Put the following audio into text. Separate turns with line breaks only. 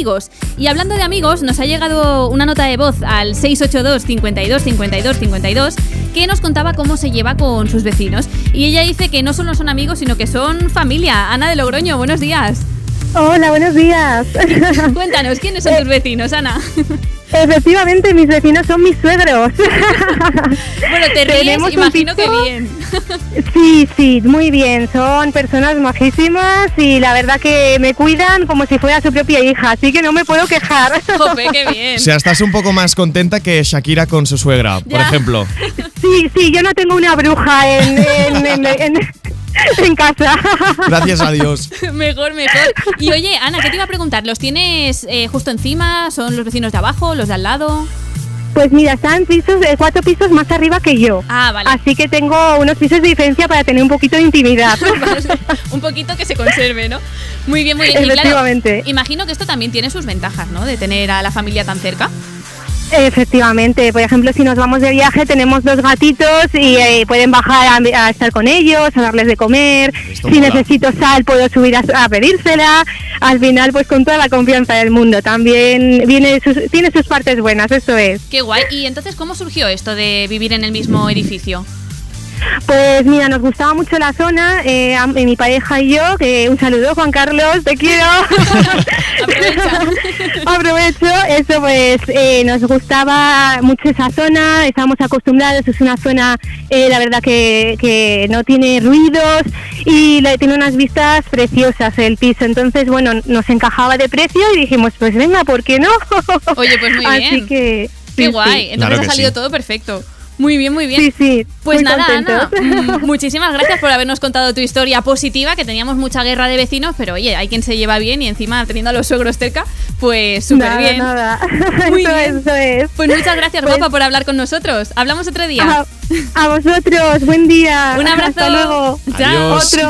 amigos. Y hablando de amigos, nos ha llegado una nota de voz al 682 52 52 52 que nos contaba cómo se lleva con sus vecinos. Y ella dice que no solo son amigos, sino que son familia. Ana de Logroño, buenos días.
Hola, buenos días.
Cuéntanos, ¿quiénes
Eh,
son tus vecinos, Ana?
Efectivamente, mis vecinos son mis suegros.
Bueno, te ríes,
Tenemos un
imagino que
piso.
bien.
Sí, sí, muy bien. Son personas majísimas y la verdad que me cuidan como si fuera su propia hija, así que no me puedo quejar.
Jope, qué bien.
O sea, estás un poco más contenta que Shakira con su suegra, por
Ya.
ejemplo.
Sí, sí, yo no tengo una bruja en, en- en- en- en casa.
Gracias a Dios.
Mejor, mejor. Y oye, Ana, ¿qué te iba a preguntar? ¿Los tienes eh, justo encima? ¿Son los vecinos de abajo? ¿Los de al lado?
Pues mira, están pisos, eh, cuatro pisos más arriba que yo.
Ah, vale.
Así que tengo unos pisos de diferencia para tener un poquito de intimidad.
Vale. Un poquito que se conserve, ¿no? Muy bien, muy bien. Y claro,
Efectivamente.
imagino que esto también tiene sus ventajas, ¿no? De tener a la familia tan cerca.
Efectivamente, por ejemplo, si nos vamos de viaje tenemos dos gatitos y eh, pueden bajar a, a estar con ellos, a darles de comer.
Esto
si
mola.
necesito sal puedo subir a, a pedírsela. Al final, pues con toda la confianza del mundo. También viene sus- tiene sus partes buenas, eso es.
Qué guay. Y entonces, ¿cómo surgió esto de vivir en el mismo edificio?
Pues mira, nos gustaba mucho la zona, eh, a- mi pareja y yo, que un saludo Juan Carlos, te quiero.
Aprovecha.
Aprovecho, eso pues eh, nos gustaba mucho esa zona, estábamos acostumbrados, es una zona eh, la verdad que, que no tiene ruidos y le- tiene unas vistas preciosas el piso, entonces bueno, nos encajaba de precio y dijimos pues venga, ¿por qué no?
Oye, pues muy
Así
bien.
que...
Qué
sí,
guay.
sí.
Entonces
Claro
ha
que
salido
sí.
todo perfecto. Muy bien, muy bien.
Sí, sí,
Pues
muy
nada,
contentos.
Ana, mm, muchísimas gracias por habernos contado tu historia positiva, que teníamos mucha guerra de vecinos, pero oye, hay quien se lleva bien y encima teniendo a los suegros cerca, pues súper
nada,
bien.
Nada.
Muy
eso,
bien.
es, eso es.
Pues muchas gracias,
Pues-
guapa, por hablar con nosotros. Hablamos otro día.
A, a vosotros, buen día.
Un abrazo.
Hasta luego.
Chao.
Adiós.
Otro.